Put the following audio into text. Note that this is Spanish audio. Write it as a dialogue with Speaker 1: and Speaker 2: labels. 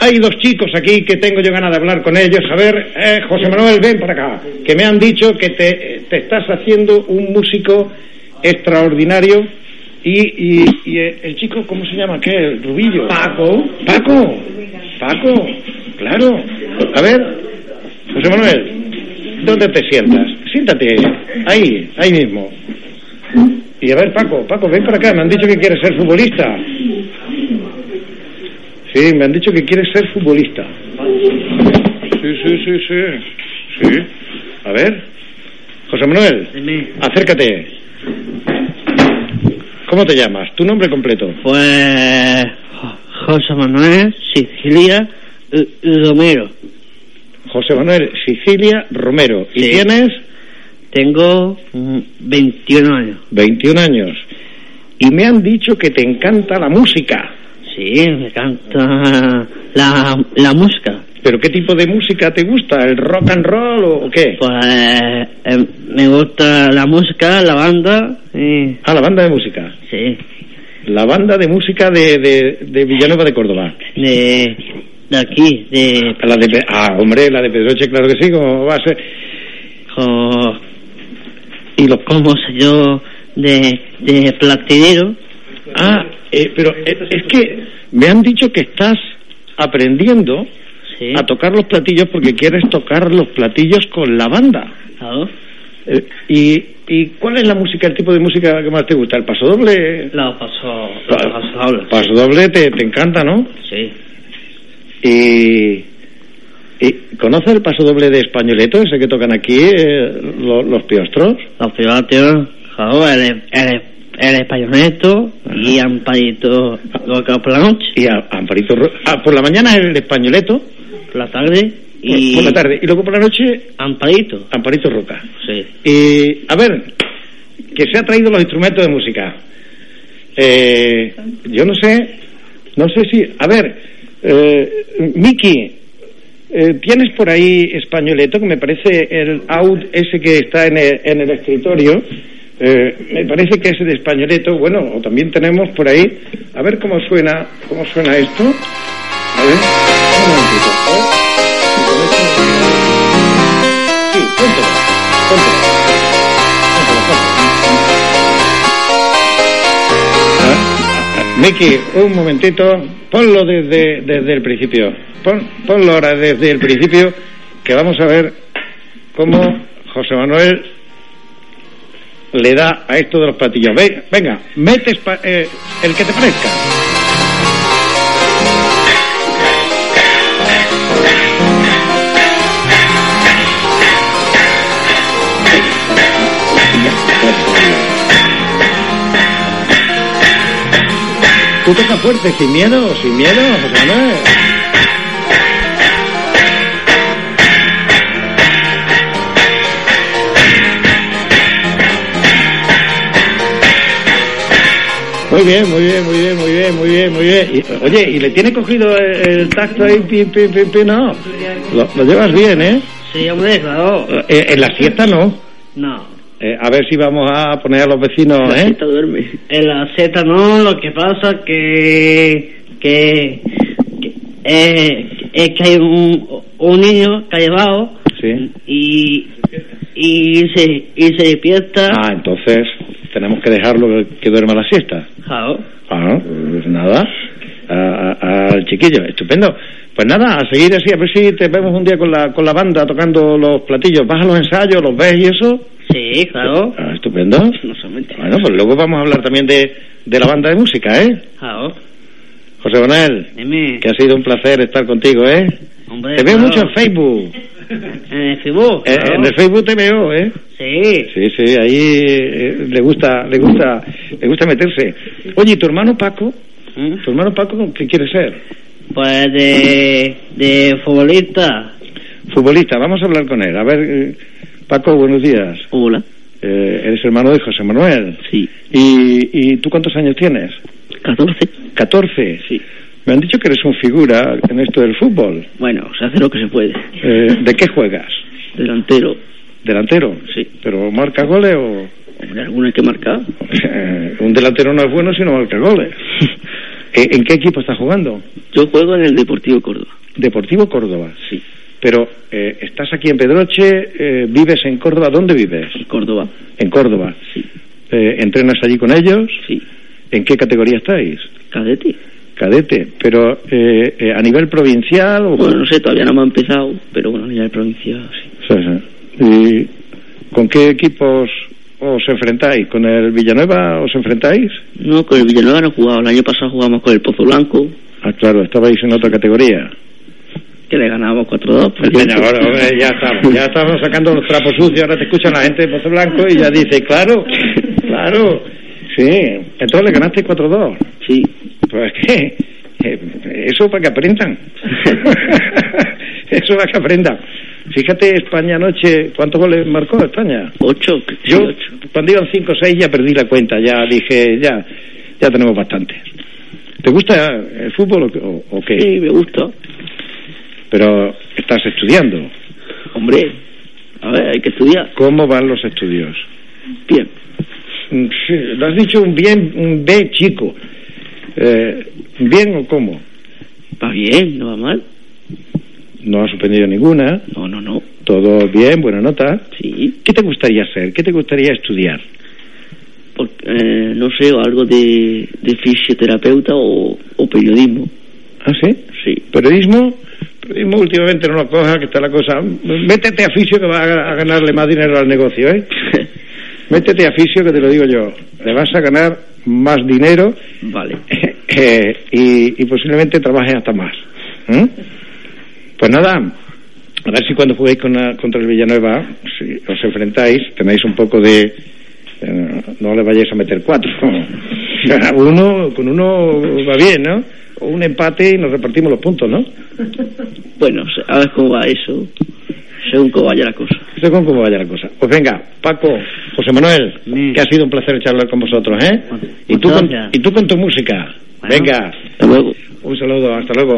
Speaker 1: Hay dos chicos aquí que tengo yo ganas de hablar con ellos. A ver, eh, José Manuel, ven para acá. Que me han dicho que te, te estás haciendo un músico extraordinario. Y, y, y eh, el, el chico, ¿cómo se llama? ¿Qué? El Rubillo.
Speaker 2: Paco.
Speaker 1: Paco. Paco. Claro. A ver, José Manuel, ¿dónde te sientas? Siéntate ahí, ahí mismo. Y a ver, Paco, Paco, ven para acá. Me han dicho que quieres ser futbolista. Sí, me han dicho que quieres ser futbolista. Sí, sí, sí, sí. Sí. A ver. José Manuel,
Speaker 2: Dime.
Speaker 1: acércate. ¿Cómo te llamas? ¿Tu nombre completo?
Speaker 2: Pues Jo- José Manuel Sicilia L- Romero.
Speaker 1: José Manuel Sicilia Romero. ¿Y
Speaker 2: Sí.
Speaker 1: tienes?
Speaker 2: Tengo mm, 21 años.
Speaker 1: 21 años. Y me han dicho que te encanta la música.
Speaker 2: Sí, me encanta la, la música.
Speaker 1: ¿Pero qué tipo de música te gusta? ¿El rock and roll o o qué?
Speaker 2: Pues eh, me gusta la música, la banda y...
Speaker 1: Ah, la banda de música.
Speaker 2: Sí,
Speaker 1: La banda de música de, de, de Villanueva de Córdoba.
Speaker 2: de, de aquí, de...
Speaker 1: La de, Pe- ah, hombre, la de Pedroche, claro que sí, como va a ser.
Speaker 2: jo- y los como soy yo de, de platinero.
Speaker 1: Ah, eh, pero eh, es que me han dicho que estás aprendiendo
Speaker 2: Sí,
Speaker 1: a tocar los platillos porque quieres tocar los platillos con la banda.
Speaker 2: claro.
Speaker 1: Eh, ¿y, ¿Y cuál es la música, el tipo de música que más te gusta? ¿El pasodoble?
Speaker 2: Lo paso, lo paso ahora.
Speaker 1: Pasodoble te, te encanta, ¿no?
Speaker 2: Sí.
Speaker 1: Y, y ¿Conoces el pasodoble de españoleto, ese que tocan aquí eh, lo- los piostros?
Speaker 2: Los privateos, claro, el, el, el españoleto y amparito loca por la noche,
Speaker 1: Y a, Amparito Ro- ah, por la mañana el españoleto,
Speaker 2: por la tarde
Speaker 1: y...
Speaker 2: y
Speaker 1: por la tarde, y luego por la noche
Speaker 2: amparito.
Speaker 1: Amparito Roca.
Speaker 2: Sí.
Speaker 1: Eh, a ver, que se ha traído los instrumentos de música. Eh, yo no sé, no sé si. A ver, eh, Miki, eh, ¿tienes por ahí españoleto? Que me parece el out ese que está en el, en el escritorio. Eh, me parece que es el españoleto. Bueno, o también tenemos por ahí. A ver cómo suena, cómo suena esto. A ver, ¿eh? un momentito. A ver. Sí, cuéntalo, cuéntalo. Miki, un momentito, ponlo desde, desde el principio. Pon, ponlo ahora desde el principio, que vamos a ver cómo José Manuel le da a esto de los platillos. Ve- Venga, mete espa- eh, el que te parezca. Tú toca fuerte, sin miedo, sin miedo, José Manuel. Muy bien, muy bien, muy bien, muy bien, muy bien, muy bien. Y, oye, ¿y le tiene cogido el, el tacto ahí? Pim, pim, pim, pim, no. Lo, lo llevas bien, ¿eh?
Speaker 2: Sí, hombre, claro.
Speaker 1: Eh, En la siesta no.
Speaker 2: No.
Speaker 1: Eh, a ver si vamos a poner a los vecinos, ¿eh?
Speaker 2: duerme. En la Z no, lo que pasa que... que, que eh, es que hay un, un niño que ha llevado
Speaker 1: Sí.
Speaker 2: y, y, se, y se despierta.
Speaker 1: Ah, entonces tenemos que dejarlo que duerma la siesta.
Speaker 2: Claro.
Speaker 1: Ah, pues nada. A- a- Al chiquillo, estupendo. Pues nada, a seguir así, a ver si te vemos un día con la, con la banda tocando los platillos. Vas a los ensayos, los ves y eso.
Speaker 2: Sí, claro.
Speaker 1: Ah, estupendo.
Speaker 2: No solamente.
Speaker 1: Bueno, pues luego vamos a hablar también de, de la banda de música, ¿eh?
Speaker 2: Claro.
Speaker 1: José Manuel,
Speaker 2: Dime.
Speaker 1: que ha sido un placer estar contigo, ¿eh?
Speaker 2: Hombre,
Speaker 1: Te veo
Speaker 2: claro.
Speaker 1: mucho en Facebook.
Speaker 2: En el Facebook.
Speaker 1: Eh,
Speaker 2: claro.
Speaker 1: En el Facebook te veo, ¿eh?
Speaker 2: Sí.
Speaker 1: Sí, sí, ahí eh, le gusta, le gusta, le gusta meterse. Oye, ¿y tu hermano Paco?
Speaker 2: ¿Mm?
Speaker 1: ¿Tu hermano Paco Pues qué quiere ser?
Speaker 3: Pues de, de futbolista.
Speaker 1: Futbolista, vamos a hablar con él. A ver, eh, Paco, buenos días.
Speaker 2: Hola.
Speaker 1: Eh, eres hermano de José Manuel.
Speaker 2: Sí.
Speaker 1: ¿Y, ¿Y tú cuántos años tienes?
Speaker 2: 14.
Speaker 1: 14.
Speaker 2: Sí.
Speaker 1: Me han dicho que eres un figura en esto del fútbol.
Speaker 2: Bueno, se hace lo que se puede.
Speaker 1: Eh, ¿De qué juegas?
Speaker 2: Delantero.
Speaker 1: ¿Delantero?
Speaker 2: Sí.
Speaker 1: ¿Pero marcas goles o...? eh,
Speaker 2: Hombre, ¿Alguna que marcar?
Speaker 1: un delantero no es bueno si no marca goles. ¿En, en qué equipo estás jugando?
Speaker 2: Yo juego en el Deportivo Córdoba.
Speaker 1: Deportivo Córdoba.
Speaker 2: Sí.
Speaker 1: Pero eh, estás aquí en Pedroche, eh, vives en Córdoba. ¿Dónde vives?
Speaker 2: Córdoba.
Speaker 1: En Córdoba.
Speaker 2: Sí.
Speaker 1: Eh, ¿Entrenas allí con ellos?
Speaker 2: Sí.
Speaker 1: ¿En qué categoría estáis?
Speaker 2: Cadete.
Speaker 1: Cadete. ¿Pero eh, eh, a nivel provincial o...?
Speaker 2: Bueno, no sé, todavía no me ha empezado, pero bueno, ya de provincia, sí.
Speaker 1: Sí, sí. ¿Y con qué equipos os enfrentáis? ¿Con el Villanueva os enfrentáis?
Speaker 2: No, con el Villanueva no he jugado. El año pasado jugamos con el Pozo Blanco,
Speaker 1: Ah, claro, estabais en otra categoría.
Speaker 2: que le ganábamos 4-2. por
Speaker 1: Venga,
Speaker 2: ejemplo.
Speaker 1: ahora, hombre, ya estamos, ya estamos sacando los trapos sucios, ahora te escuchan la gente de Pozo Blanco y ya dice, claro, claro, sí, entonces le ganaste 4-2,
Speaker 2: Sí.
Speaker 1: pues qué, Eh, eso para que aprendan, eso para que aprendan. Fíjate, España anoche, ¿cuántos goles marcó España?
Speaker 2: 8.
Speaker 1: Yo, cuando iban 5 o 6 ya perdí la cuenta, ya dije, ya, ya tenemos bastantes. ¿Te gusta el fútbol o, qué- o- o qué?
Speaker 2: Sí, me gusta.
Speaker 1: Pero estás estudiando.
Speaker 2: Hombre, a ver, hay que estudiar.
Speaker 1: ¿Cómo van los estudios?
Speaker 2: Bien.
Speaker 1: Mm, sí, Lo has dicho un bien, un B chico. Eh, ¿Bien o cómo?
Speaker 2: Va bien, no va mal.
Speaker 1: No has suspendido ninguna,
Speaker 2: No, no, no.
Speaker 1: todo bien, buena nota.
Speaker 2: Sí.
Speaker 1: ¿Qué te gustaría hacer? ¿Qué te gustaría estudiar?
Speaker 2: Porque, eh, no sé, o algo de, de fisioterapeuta o, o periodismo.
Speaker 1: ¿Ah, sí?
Speaker 2: Sí.
Speaker 1: ¿Periodismo? Periodismo últimamente no lo cojas, que está la cosa... Métete a fisio que vas a a ganarle más dinero al negocio, ¿eh? Métete a fisio que te lo digo yo. Le vas a ganar más dinero
Speaker 2: vale.
Speaker 1: Eh, y, y posiblemente trabajes hasta más. ¿Mm? Pues nada, a ver si cuando juguéis con la- contra el Villanueva, si os enfrentáis, tenéis un poco de... eh, no le vayáis a meter cuatro. uno Con uno va bien, ¿no? O un empate y nos repartimos los puntos, ¿no?
Speaker 2: Bueno, a ver cómo va eso. Según cómo vaya la cosa.
Speaker 1: Según cómo vaya la cosa. Pues venga, Paco, José Manuel,
Speaker 3: Mm.
Speaker 1: que ha sido un placer charlar con vosotros, ¿eh?
Speaker 3: Bueno,
Speaker 1: Y tú
Speaker 3: muchas
Speaker 1: con,
Speaker 3: gracias.
Speaker 1: y tú con tu música.
Speaker 3: Bueno.
Speaker 1: Venga,
Speaker 2: Hasta luego.
Speaker 1: un saludo, hasta luego.